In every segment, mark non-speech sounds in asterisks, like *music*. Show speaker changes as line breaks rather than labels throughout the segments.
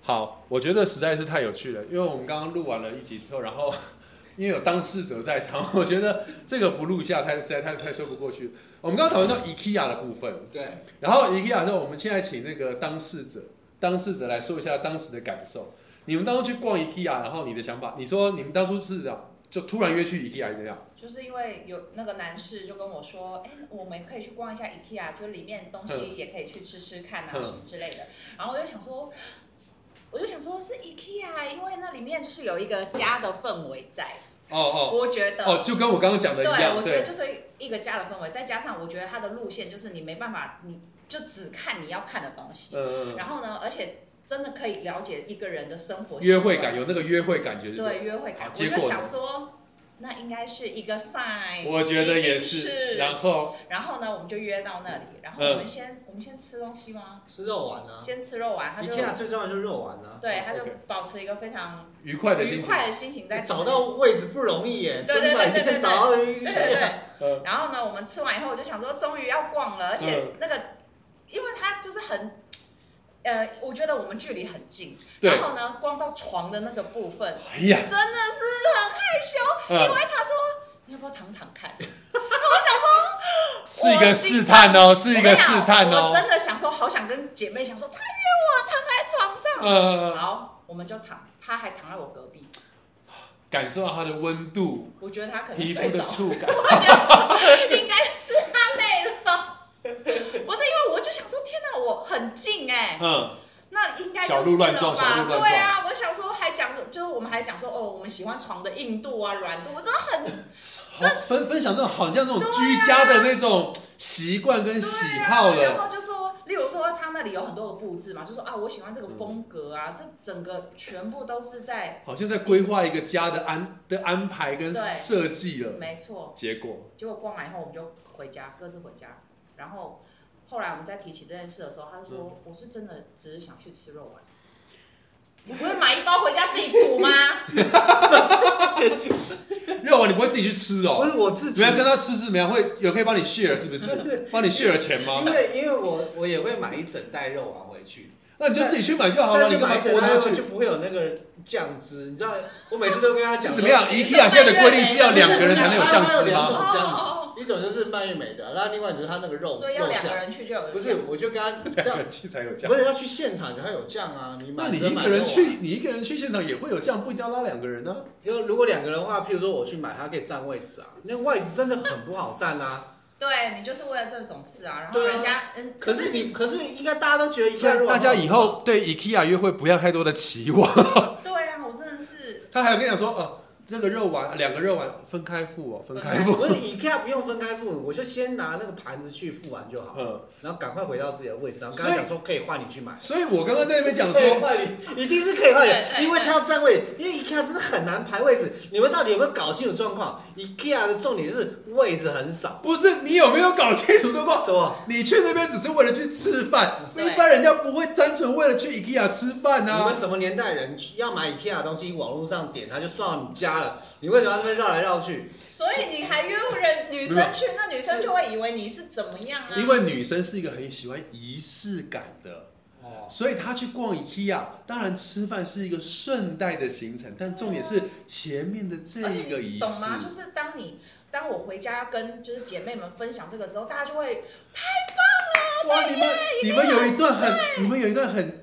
好，我觉得实在是太有趣了，因为我们刚刚录完了一集之后，然后 *laughs* 因为有当事者在场， *laughs* 我觉得这个不录下太实在太太说不过去。我们刚刚讨论到 IKEA 的部分，
对，
然后 IKEA 之后，我们现在请那个当事者，当事者来说一下当时的感受。你们当初去逛 IKEA，然后你的想法，你说你们当初是这样，就突然约去 IKEA 还是这样？
就是因为有那个男士就跟我说，哎、我们可以去逛一下 IKEA，就里面东西也可以去吃吃看啊
嗯
什么之类的。然后我就想说，我就想说是 IKEA，因为那里面就是有一个家的氛围在，
哦哦
我觉得。
哦，就跟我刚刚讲的一
对，
样，
我觉得
对，
就是一个家的氛围，再加上我觉得它的路线就是你没办法，你就只看你要看的东西，
嗯嗯嗯，
然后呢，而且真的可以了解一个人的生活习
约
惯
会感有那个约会感觉，不
对约会感，
好
我
结
就
果呢
想说，那应该是一个 sign。
我觉得也
一定
是。
是
然后
然后呢，我们就约到那里，然后
嗯
我们先、我们先吃东西吗？
吃肉丸啊
先吃肉丸，他就
，IKEA 最重要就是肉丸啊。
对，他就
OK
保持一个非常
愉快的心
愉
情，
快的心情在吃
找到。位置不容易耶，
对对对
东莞
对对
一定找到一
对对对，
嗯
然后呢，我们吃完以后，我就想说，终于要逛了，而且
嗯
那个，因为它就是很，呃，我觉得我们距离很近，
对
然，后呢，逛到床的那个部分，
哎呀，
真的是很害羞，因
嗯，
为他说你要不要躺躺看？
是一个试探哦，是一个试探
我跟你讲我
哦，
真的想说，好想跟姐妹想说，他约我躺在床上，
嗯，
好，我们就躺，他还躺在我隔壁，
感受到它的温度，
我觉得他可能
皮肤
睡着
的
了。
触感，
应该是他累
*laughs*
了。不是因为我就想说，天哪，我很近哎、
嗯，
那应该
小
就
鹿
是
乱
了
撞小
吧
鹿？乱撞
对啊，我想说还讲，就是我们还讲说哦，我们喜欢床的硬度啊、软度，我真的很
好分分享这种好像那种居家的那种习惯跟喜好
对啊然
了，
后就说，例如说他那里有很多的布置嘛，就说啊，我喜欢这个风格啊，这整个全部都是在
好像在规划一个家的安的安排跟
对
设计了，
没错。
结果
结果逛完以后，我们就回家，各自回家。然后后来我们在提起这件事的时候，他就说、
嗯
我是真的只是想去吃肉丸。你不是买一包回家自己
*laughs*
煮吗？
肉啊丸你不会自己去吃
*laughs* 不
哦，
是我自
你
己
们，要跟他吃怎么样？会有可以帮你 share 是不 *laughs* 是？帮你 share 钱吗
因？为因为我我也会买一整袋肉丸回去，
那你就自己去买就好了，
但
你
是
干嘛
买一整
拖
袋
他
肉
去
丸就？不会有那个酱汁，你知道，我每次都跟他
是
讲
怎么样？IKEA 现在的规定是要两个人才能有酱汁吗？
好香
哦
一种就是蔓越莓的，然后另外就是它那个肉
所以要
肉
两个
酱，
人去就有
不是，我就
*laughs*
跟他这
两个
样，
人去才有酱
不。是要去现场才会有酱啊，你买
那你
只能
一
买
个人
肉丸啊
去，你一个人去现场也会有酱，不一定要拉两个人呢、
因为如果两个人的话，譬如说我去买，它可以占位置啊，那个位置真的很不好占啊。
对你就是为了这种事啊，然后
对啊
人家嗯，
可是你，可是应该大家都觉得一
所
下
以
肉丸
大家以
好吃吧
后对 IKEA 约会不要太多的期望。
对啊，我真的是
他还有跟你讲说，呃，这个肉丸两个肉丸分开付哦，分开付。
*laughs* 不是 IKEA 不用分开付，我就先拿那个盘子去付完就好，
嗯，
然后赶快回到自己的位置，然后跟他讲说可以换你去买。
所以我刚刚在那边讲
可以
说，
换你，一定是可以换
对对
你，
对
因为他要占位，因为 IKEA 真的很难排位置。你们到底有没有搞清楚状况？IKEA 的重点就是位置很少，
不是你有没有搞清楚状况？
什么？
你去那边只是为了去吃饭，
对
一般人家不会单纯为了去 IKEA 吃饭
你
啊
们。什么年代人去要买 IKEA 的东西，网络上点它就送到你家了，你为什么要这边绕来绕去？
所以你还约人女生去，那女生就会以为你是怎么样啊？
因为女生是一个很喜欢仪式感的，
哦，
所以他去逛 IKEA，当然吃饭是一个顺带的行程，但重点是前面的这一个仪
哎懂
式。
吗？就是当你当我回家要跟就是姐妹们分享这个时候，大家就会
哇，你们你们有一段很
哎
你们有一段很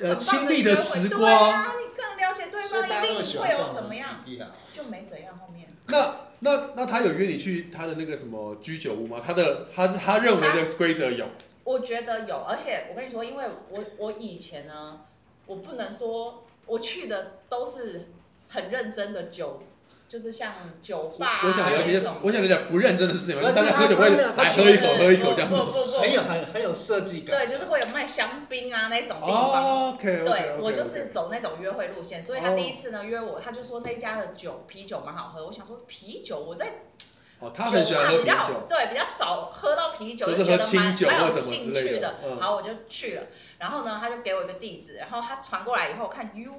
呃
很棒
亲
的
密
约会
时
对
光。
啊，你更了解对
所
方，
以大家
一
都
定
喜
会
欢
有
逛
什么样，
IKEA
就没怎样。后面
那那那他有约你去他的那个什么居酒屋吗？他的他他认为的规则有，
我觉得有，而且我跟你说，因为我我以前呢，我不能说我去的都是很认真的酒，就是像酒吧、啊、
我我想了解
这种，
我想了解不认真的事情嘛，
那
大家喝酒
他
会
他没有他
来
其实
喝一口喝一口
不
这样
不
子。
不不，
很有很很有设计感。
对，就是会有卖香槟啊那种地方。
哦，OK
对
OK，
我就是走那种约会路线，所以
哦
他第一次呢约我，他就说那家的酒啤酒蛮好喝，我想说啤酒我在
哦，他
酒
很喜欢
吧
喝
比
啤
较
酒，
对比较少喝到啤酒，
都是
就觉
喝
得
清
蛮
酒
蛮
或
有
什么之
兴
类
趣
的嗯
好我就去了，然后呢他就给我一个地址，然后他传过来以后我看哟，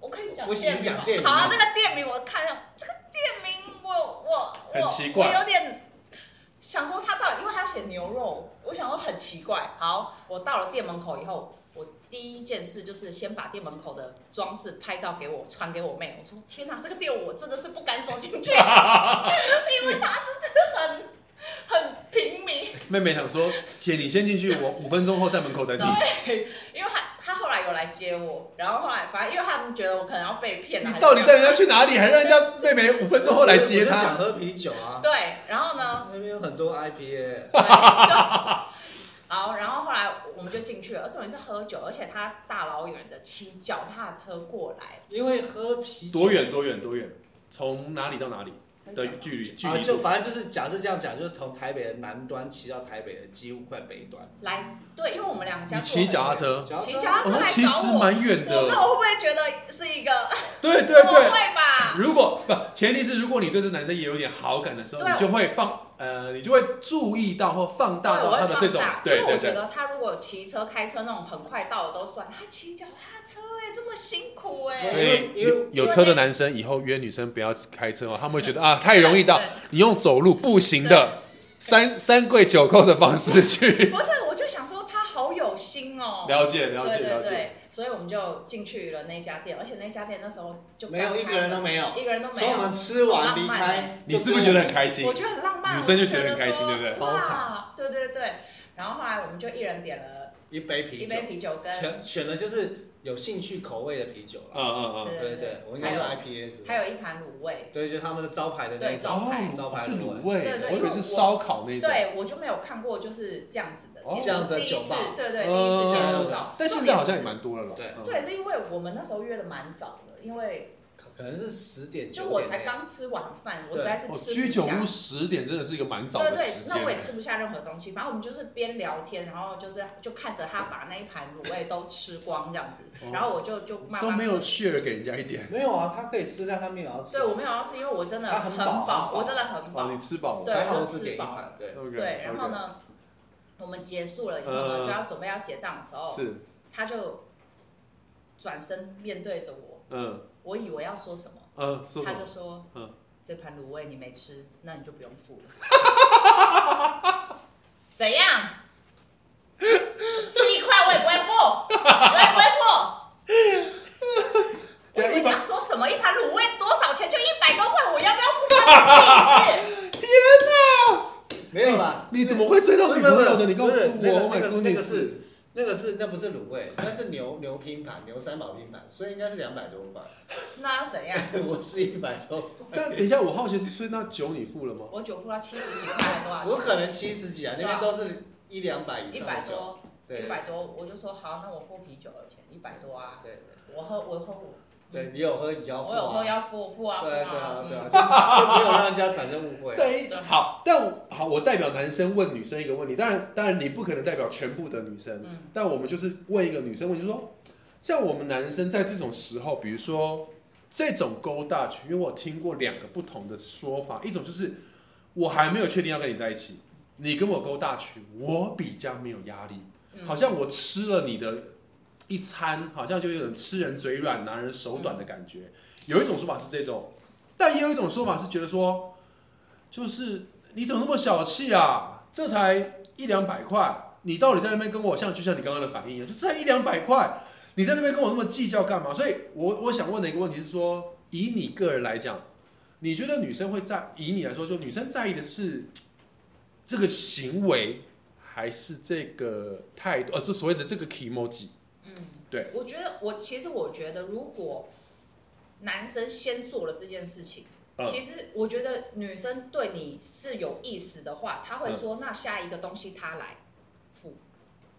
我可以讲
不行
店名
讲
吗
店名
好啊，那个店名我看了这个店名我我我
很奇怪
我有点。想说他到底，因为他写牛肉，我想说很奇怪。好，我到了店门口以后，我第一件事就是先把店门口的装饰拍照给我，传给我妹。我说天哪，这个店我真的是不敢走进去， *laughs* 因为它真的很很平民。
妹妹想说，姐你先进去，
*laughs*
我五分钟后在门口等你。
对，因为他他后来有来接我，然后后来反正因为他们觉得我可能要被骗了，
你
还是
到底
干
带
嘛
人家去哪里？还让人家妹妹 *laughs* 五分钟后来接
我就想
她？
喝啤酒啊，
对，然后
*laughs*
呢，
那边有很多 IPA，
对好，然后后来我们就进去了，而重点是喝酒，而且他大老远的骑脚踏车过来，
因为喝啤酒
多远？多远？多远？从哪里到哪里的
很久
距离？距
啊，
离
就
多？
反正就是假设这样讲，就是从台北的南端骑到台北的几乎快北端。
来，对，因为我们两家
你
住
骑
很
脚踏
远，
车？
脚踏车
骑脚踏
我
车
说
啊来
其实
找我，
蛮远
我那
的。
我会不会觉得是一个？
对 *laughs* 对
不
对。
会吧？
如果不，前提是如果你对这男生也有点好感的时候，
对啊
你就会放呃，你就会注意到或放大
对
到
我
他
会
的
放
这种
大，
对
因为
对
我觉
对。
得他如果骑车、开车那种很快到的都算，他骑脚踏车哎、这么辛苦哎、
所以因为
有车的男生以后约女生不要开车哦，他们会觉得啊太容易到
对，
你用走路步行的三三跪九叩的方式去。
不是，我就想说他好有心哦、
了解了
对
解了
对
解，
对，所以我们就进去了那家店，而且那家店那时候就
没有
刚开
一个人都没有
一个人都没
从我
有
们。吃完
浪
离
漫欸
开，
你是不是觉得很开
我
心？
觉得很浪漫，
女生就
我
觉得很开心
说
对不对
包
哇，对对对。然后后来我们就一人点了
一杯
一
啤酒
杯，啤酒跟
选选的就是有兴趣口味的啤酒
嗯
了。
嗯嗯。
对
对对对，我应该是 IPA 是吧
还有一盘卤味。
对，就是他们的招牌的那种。
对招牌
招
哦，
牌
是
卤
卤
味
味
对，对
我以为是烧烤那种。
对，我就没有看过就是这样子的，
哦
也是
这样子的
第一次
酒吧，
对对，第一次接触
嗯
到。
但现在好像也蛮多了了。
对
嗯
对，是因为我们那时候约的蛮早的，因为
可可能是十点
就
九
我
点那
才
样。
刚吃晚饭，我
对
实在是
哦，
吃
居
不
酒
下。
屋十点真的是一个蛮早
对
的
对
时，间
那我也
了。
吃不下任何东西，反正我们就是边聊天，然后就是就看着他把那一盘卤味都吃光这样子，
哦
然后我就就慢慢
都没有 share 给人家一点。
没有啊，他可以吃，但他没有要吃。
对，我没有要吃，因为我真的
他很
很
饱很
饱
饱，
我真的很
哦，
饱。
你吃饱了。
对
还好
我
我
就
只
吃
给一
饱
盘，对。
OK，
对，然后
OK？
呢，我们结束了以后
嗯
呢，就要准备要结账的时候，
是，
他就转身面对着我，
嗯
我以为要说什么，
嗯，说什
他
么
就？说
嗯，
这盘卤味你没吃，那你就不用付了。 *laughs* 怎样？吃一块我也不会付，我也不会付。我
啊
对一
以为你
盘
要说什么？一盘卤味多少钱？就一百多块，我要不要付他的意思？
天哪！
没有啦，
你怎么会追到女朋友
不
的？
是
你告诉
不是
我，Oh
那
my
个那个那个
goodness！
是那个是那不是卤味，那是牛牛拼盘，牛三宝拼盘，所以应该是两百多块。 *laughs*
那要怎样？
我是一百多，
那等一下，我好奇是，所以那酒你付了吗？
我酒付到七十几块还多
*laughs*
少
我
钱？
可能七十几啊，那边都是一两百以
一
上
百
的酒。
多，
对
一百多，我就说好，那我付啤酒的钱一百多啊。
对
我喝，我喝，
对，你有喝你就要付
嗯我有喝
啊。
要付付啊，付
对啊对啊
嗯
对啊，就就没有让人家产生误会啊。
对，好，但我好，我代表男生问女生一个问题，当然，当然你不可能代表全部的女生，
嗯
但我们就是问一个女生问题，就是说，像我们男生在这种时候，比如说这种勾搭群，因为我听过两个不同的说法，一种就是我还没有确定要跟你在一起，你跟我勾搭群，我比较没有压力，
嗯
好像我吃了你的一餐，好像就有点吃人嘴软、拿人手短的感觉。有一种说法是这种，但也有一种说法是觉得说，就是你怎么那么小气啊？这才一两百块，你到底在那边跟我像就像你刚刚的反应一样，就这才一两百块，你在那边跟我那么计较干嘛？所以我我想问的一个问题是说，以你个人来讲，你觉得女生会在以你来说，就女生在意的是这个行为，还是这个态度？呃，这所谓的这个 emoji，
嗯，
对，
我觉得我其实我觉得，如果男生先做了这件事情，
嗯
其实我觉得女生对你是有意思的话，她会说、那下一个东西她来付。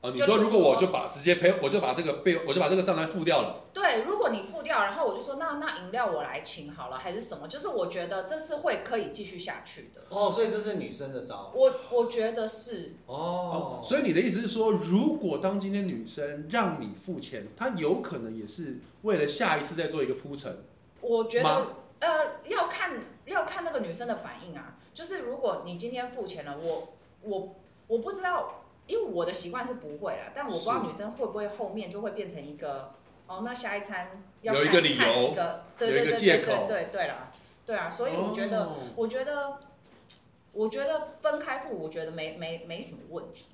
啊，你
就
说
例如
如果我
说
就把直接赔，我就把这个被，我就把这个账单付掉了。
对，如果你付掉，然后我就说那那饮料我来请好了，还是什么？就是我觉得这是会可以继续下去的。
哦，所以这是女生的招
我我觉得是，
哦
哦，。
所以你的意思是说，如果当今天女生让你付钱，她有可能也是为了下一次再做一个铺陈。
我觉
吗
得呃要看要看那个女生的反应啊。就是如果你今天付钱了，我我我不知道，因为我的习惯是不会啦，但我不知道
是
女生会不会后面就会变成一个哦，那下一餐要
有一
看
个理由
看一个对
有
对
一个
对
借
对
口
对对对啦，对啊，所以我觉得、
哦
我觉得我觉得分开付，我觉得没没没什么问题。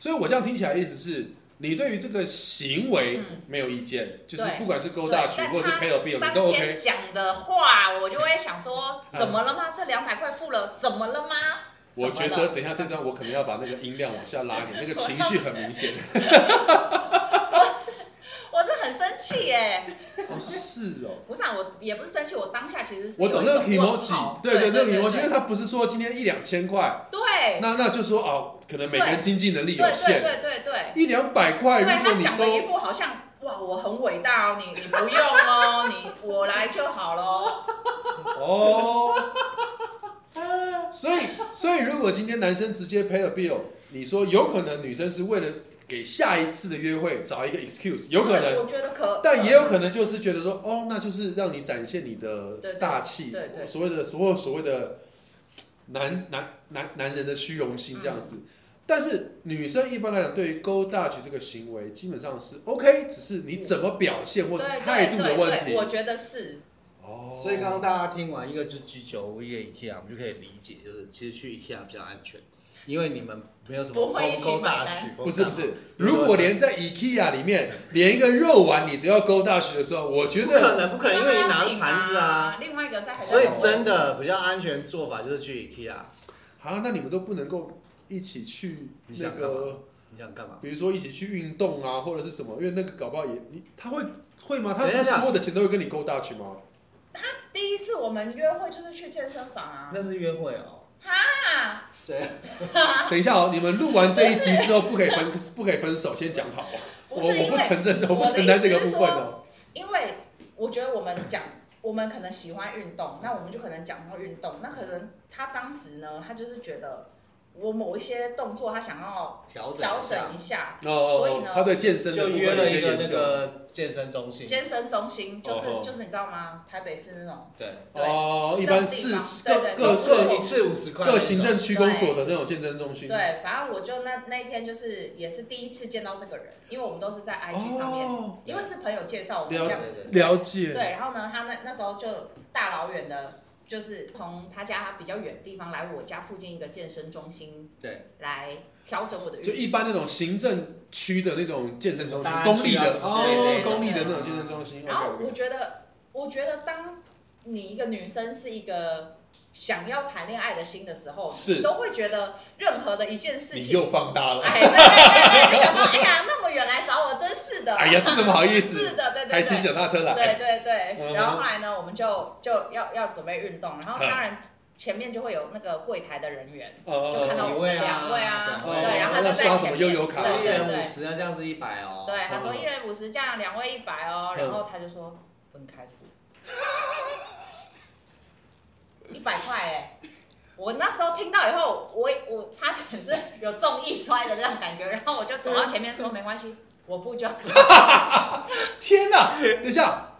所以我这样听起来的意思是，你对于这个行为
嗯
没有意见，就是
对
不管是勾大
对
曲
但
或是
他
pay or bill，你
当
都
天
OK。
讲的话，我就会想说，
嗯
怎么了吗？这两百块付了，怎么了吗？
我觉
怎么
得
了
等一下这段我可能要把那个音量往下拉一
*laughs*
点，那个情绪很明显。
我这很生气耶！
哦，是哦。
不是啊，我也不是生气，我当下其实 *laughs* 是
我懂那个
有一种问
emoji，
号
对对，
对
那个
对
emoji，因为
对
他不是说今天一两千块，
对
那那就说哦，可能每个人经济能力
对
有
对
限，
对对对，
一两百块，
对
如果
他
你
讲的一
都
副好像哇，我很伟大哦，你你不用哦，你我来就好喽。
哦，所以所以如果今天男生直接 pay a bill，你说有可能女生是为了给下一次的约会找一个 excuse，有可能，
我觉得可，
但也有可能就是觉得说哦，那就是让你展现你的
对对
大气
对，对
所谓的所有所谓的男男男男人的虚荣心这样
嗯
子。但是女生一般来讲，对于勾大举这个行为，基本上是 OK，只是你怎么表现或
对
是
对
态度的
对
问
对
题
我。觉得是
哦，
所以刚刚大家听完一个就是居酒屋夜 IKEA，我们就可以理解，就是其实去 IKEA 比较安全，因为你们没有什么
不会一
勾
起
勾
买
大
单
曲，
不是不是，
如果
如果连在 IKEA 里面连一个肉丸你都要勾大举的时候，我觉
不可
得
能不可能，因为你拿了盘子啊，，
另外一个在海南
所以
岛
真的比较安全做法就是去 IKEA。
啊，那你们都不能够一起去
你
那
想干嘛
个。
你想干嘛？
比如说一起去运动啊，或者是什么，因为那个搞不好也你他会会吗？他
等
是
一下
所有的钱都会跟你勾搭去吗？
第一次我们约会就是去健身房啊，
那是约会哦。
哈，
对，
等一下哦，你们录完这一集之后不可以分不可以分手，先讲好哦。
不
我
是
我
因
不
为
承认，我
我
不
的
承担这
意思
个
是
部分哦。
因为我觉得我们讲，我们可能喜欢运动，那我们就可能讲到运动。那可能他当时呢，他就是觉得我某一些动作，他想要
调整
调
一下
整一下，
哦
所以
哦
呢，
他对健身的
就
部分
约
有
了
些
一个
研
那
究。
个健身中心。
健身中心就是
哦哦
就是你知道吗？台北市那种，
对，
对
哦，
是
一
这样
般
地
是
方
是
对
各
对
各
都是
各
这
一次五十块那种，
各行政区公所的那种健身中心。
对，反正我就那那一天就是也是第一次见到这个人，因为我们都是在 IG 上面，
哦，
因为是朋友介绍我们
了
这
对
样
对
子，
对
了解。
对，然后呢，他那那时候就大老远的，就是从他家比较远的地方来我家附近一个健身中心，
对，
来调整我的
就
运。
一般那种行政区的那种健身中心
大，安区
公
啊
立
什
的
么之类的
哦
那，种
公立的那种健身中心。
然后
OK，OK
我觉得，我觉得当你一个女生是一个想要谈恋爱的心的时候，
是
你都会觉得任何的一件事
你
情，
又放大了。
哎，对对对对，就想到，哎呀，那么远来找我，真是 *laughs* 的，
哎呀，这怎么好意
是
思？
的，对对
还骑
对。
小踏车来？
对对对，
嗯
然后后来呢，我们就就要要准备运动，然后
嗯
当然前面就会有那个柜台的人员，就
哦
看到
几
我
位
们
啊
两位啊，
两位
对，然后他
那
就在
刷
前
什么
面，
悠游卡
对
一
对
人
对
五，十啊，这样是一百哦。
对，他说
嗯
一人五十，这样两位一百哦，
嗯
然后他就说分开付， *laughs* 一百块哎，我那时候听到以后，我我差点是有中意摔的那种感觉，然后我就走到前面
*laughs*
说没关系，我付就好，
天哪！等一下，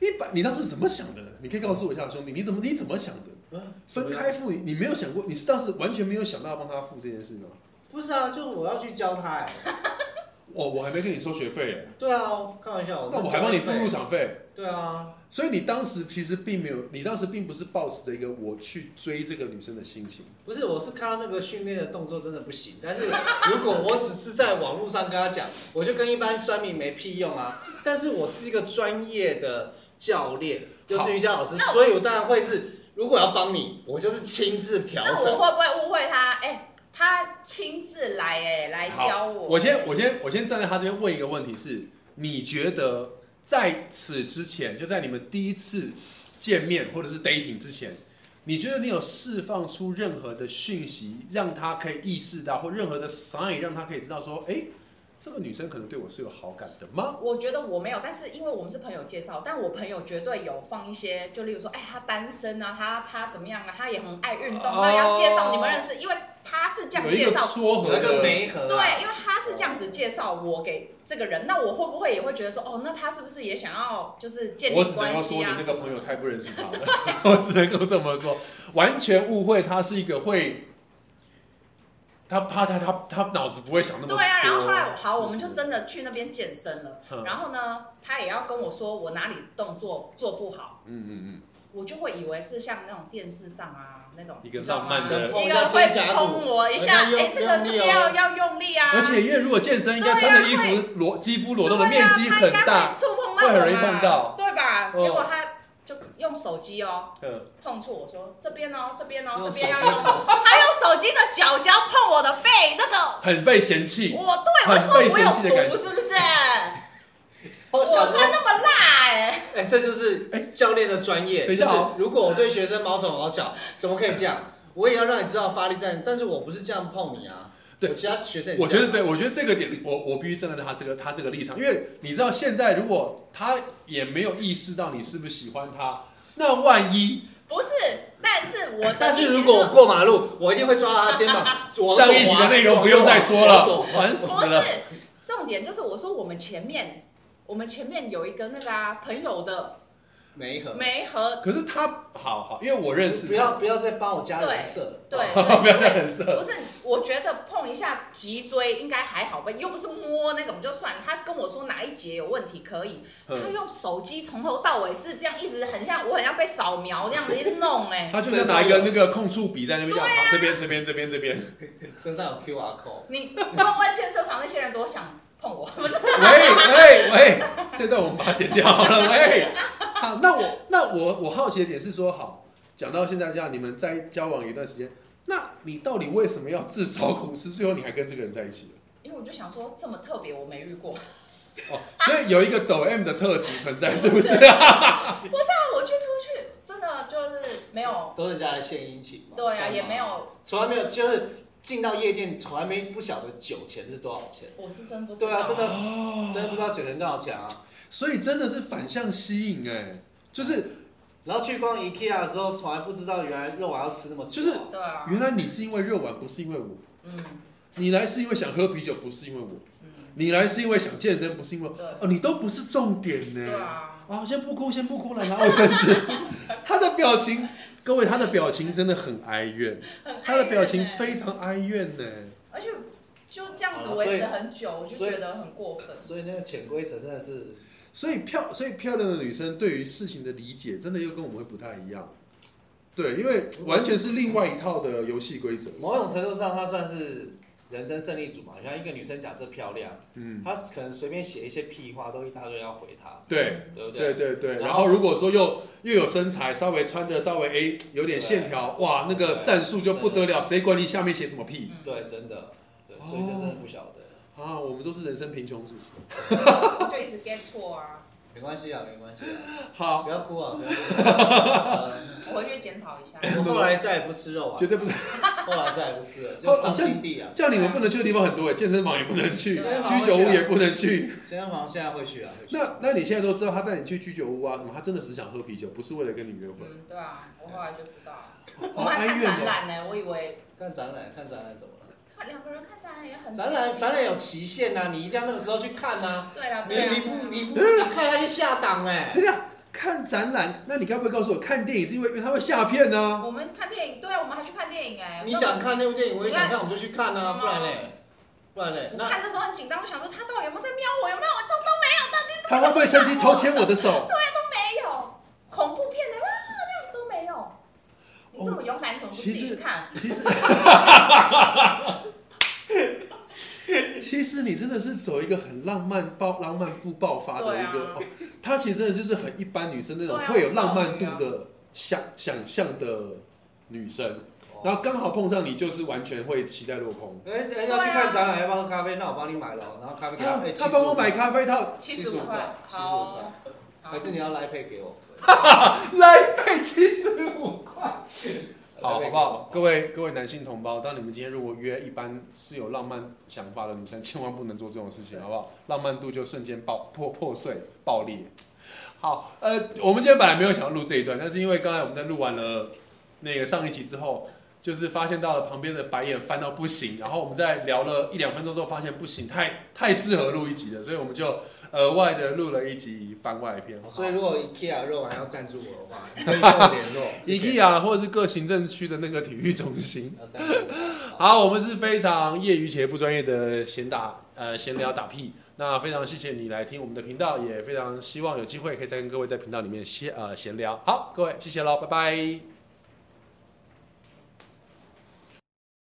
一百，你当时怎么想的？你可以告诉我一下，兄弟，你怎么你怎么想的？
嗯
分开付，你你没有想过，你是当时完全没有想到要帮他付这件事吗？
不是啊，就我要去教他哎。
哦我我还没跟你收学费耶，
对啊，开玩笑，
那我还帮你付入。场费，
对啊，
所以你当时其实并没有，你当时并不是抱持着一个我去追这个女生的心情。
不是，我是看到那个训练的动作真的不行，但是如果我只是在网络上跟他讲，我就跟一般酸民没屁用啊。但是我是一个专业的教练，又是瑜伽老师，所以我当然会是，如果要帮你，我就是亲自调
那我
整。
会不会误会他？哎，他亲自来哎，来教
好，
我，
我先我先我先站在他这边问一个问题是：你觉得在此之前，就在你们第一次见面或者是 dating 之前，你觉得你有释放出任何的讯息，让他可以意识到，或任何的 sign 让他可以知道说，哎、这个女生可能对我是有好感的吗？
我觉得我没有，但是因为我们是朋友介绍，但我朋友绝对有放一些，就例如说，哎，他单身啊，他他怎么样啊，他也很爱运动，
哦
那要介绍你们认识，因为他是这样
有一
介
个
绍，
撮合
有一个
的，
媒合、啊，
对，因为他是这样子介绍我给这个人，那我会不会也会觉得说，哦，那他是不是也想要就是建
我
立
只能
关
够说
系
你
啊？
那
什
个
么
朋友太不认识他了， *laughs* 我只能够这么说，完全误会他是一个会。他怕他他他脑子不会想那么多。
对啊，然后后来好，我们就是真的去那边健身了，
嗯
然后呢，他也要跟我说我哪里动作做不好，
嗯嗯嗯，
我就会以为是像那种电视上啊那种
一个
你知道
浪
吗
漫的
哦
一
要
个
肩
会
胛
碰
骨
我一下，
人家
哎
用，
这个
用
这
力
个
哦
要要用力啊，
而且因为如果健身，应该穿的衣
对啊
服裸肌肤裸
对
露的面积很
啊、他
大
刚，接触碰到
会
我
很
嘛，
容易碰到
对吧？
嗯
结果他就用手机哦
嗯，
碰触我说这边哦，这边哦，
用
这
手
边要
机
用，
口，
他用手机的脚脚碰我的背，那个
很被嫌弃。
我对我
很
说我
被嫌弃的感
有
觉
毒是不是？
我
我
想
穿
说，
那么辣哎、
哎，这就是教练的专业。
等一下
就
哦
是如果我对学生毛手毛脚，怎么可以这样？我也要让你知道发力战，但是我不是这样碰你啊。
对
我其他学生也
我
是这
觉
样
得对，我觉得这个点，我我必须站在他这个他这个立场，因为你知道现在如果他也没有意识到你是不是喜欢他，那万一
不是，但是我的
但
意
是
思
如果我过马路，我一定会抓到他肩
*laughs*
膀。往
上
左
一集的
滑
内容不用再说
往左
了，
滑
烦
*laughs*
死
不
了。
是重点，就是我说我们前面。我们前面有一个那个啊朋友的
没合，
媒合，
可是他好好，因为我认识
不
他，
要不要再帮我加人设了。
对
*laughs* 不
对
要这
对
样，很色。
不是，我觉得碰一下脊椎应该还好吧，又不是摸那种就算。他跟我说哪一节有问题可以，他
嗯，
用手机从头到尾是这样，一直很像我很像被扫描那样子一直
*laughs*
弄哎、
他就是拿一个那个控触笔在那边讲，
对啊
好，这边这边这边这边，
身上有 QR code。
你问问健身房那些人多想碰我， *laughs* 不是？
喂喂喂，这段我们把它剪掉好 *laughs* 了。喂，好，那我那我我好奇的点是说，好，讲到现在这样，你们在交往一段时间，那你到底为什么要自找苦吃？最后你还跟这个人在一起了？
因为我就想说这么特别我没遇过，
哦，所以有一个抖 M 的特质存在，是不 *laughs* 是啊？
那我去出去真的就是没有，
都是家的献殷勤嘛。
对
干
啊，
嘛
也没，有，
从来没有，就是进到夜店，从来没不晓得酒钱是多少钱，
我是真不知道。
对啊真的
哦
真的不知道酒钱多少钱啊。
所以真的是反向吸引哎、就是
然后去逛 IKEA 的时候，从来不知道原来肉丸要吃那么久啊
就是
对啊，
原来你是因为热玩，不是因为我。
嗯
你来是因为想喝啤酒，不是因为我；
嗯，
你来是因为想健身，不是因为我。
对
哦，你都不是重点呢。
对啊，
啊，先不哭，先不哭，来拿卫生
*laughs*
纸。他的表情，各位，他的表情真的很哀怨，
很爱
他的表
人
情
欸
非常哀怨呢。
而且就这样子
好了
维
所以
持很久，我就
所以
觉得很过分。
所以那个潜规则真的是，
所以漂，所以漂亮的女生对于事情的理解，真的又跟我们会不太一样。对，因为完全是另外一套的游戏规则。
某种程度上它算是人生胜利组嘛。像一个女生假设漂亮，
嗯，
她可能随便写一些屁话，都一大堆人要回她，
对，
对不
对
对？
对对。然
然
后
后
如果说又又有身材，稍微穿的稍微诶有点线条，哇，那个
对
战术就不得
真
了，谁管你下面写什么屁
嗯，
对，真的，对，
哦
所以这真的不晓得。
啊？我们都是人生贫穷族。
我就一直 get 错啊，
没关系啊，没关系 *laughs* 啊，
好，
不要哭啊，不要哭 *laughs* 啊。
我回去检讨一下。
我后来再也不吃肉啊
绝，对不是。
后来再也不吃了，
哦
就伤心地啊。
这样你们不能去的地方很多哎，健身房也不能去，
对啊
居酒屋也不能去。
健身房现在会去啊？会去
那那你现在都知道他带你去居酒屋啊什么，他真的只想喝啤酒，不是为了跟你约会。
嗯，对啊，我后来就知道了。我
好
们还
哀
看展
怨哦。
览呢，我以为
看展览，看展览怎么了？
看两个人看展览也很
展览展览有期限呐、你一定要那个时候去看啊呐、
对啦，
你
对啦
你
*laughs*
不你不
对啊
你看他就下
*laughs*
档哎、
等一下，看展览，那你该不会告诉我看电影是因为因为他会下片呢？
我们看电影，对啊，我们还去看电影哎。
你想看那部电影，我也想
你
看，我们就去看呐、
嗯
不然嘞，不然嘞，
我
那
看的时候很紧张，我想说他到底有没有在瞄我，有没有？我都都没有，到底
他会不会趁机偷牵我的手？
啊都没有。恐怖片的哇，那样都没有。你这么勇敢，你怎么不自
其
己
实
看？
其实，其实你真的是走一个很浪漫爆浪漫不爆发的一
对
个，
啊
哦他其实真的就是很一般女生那种
对啊
会有浪漫度
少
的想想象的女生，
哦
然后刚好碰上你，就是完全会期待落空。
哎、哎要去看展览，要不要喝咖啡？那我帮你买了，然后咖啡给他，
啊他
哎、
他帮我买
75
咖啡，他
七
75
五块，
75
好哦，
块，
好
还是你要来配给我？
来配七十五块。好，好
来配给
不
我
好？各位各位男性同胞，当你们今天如果约一般是有浪漫想法的女生，千万不能做这种事情，好不好？浪漫度就瞬间爆破破碎爆裂。好，呃，我们今天本来没有想要录这一段，但是因为刚才我们在录完了那个上一集之后，就是发现到了旁边的白眼翻到不行，然后我们在聊了一两分钟之后，发现不行，太太适合录一集了，所以我们就额外的录了一集番外篇。
所以如果 IKEA 肉丸要赞助
*laughs*
我的话，你可以跟我联络
IKEA 或者是各行政区的那个体育中心。 *laughs*
要赞助我。好
好，我们是非常业余且不专业的闲打呃闲聊打屁。那非常谢谢你来听我们的频道，也非常希望有机会可以再跟各位在频道里面闲呃闲聊。好，各位谢谢喽，拜拜。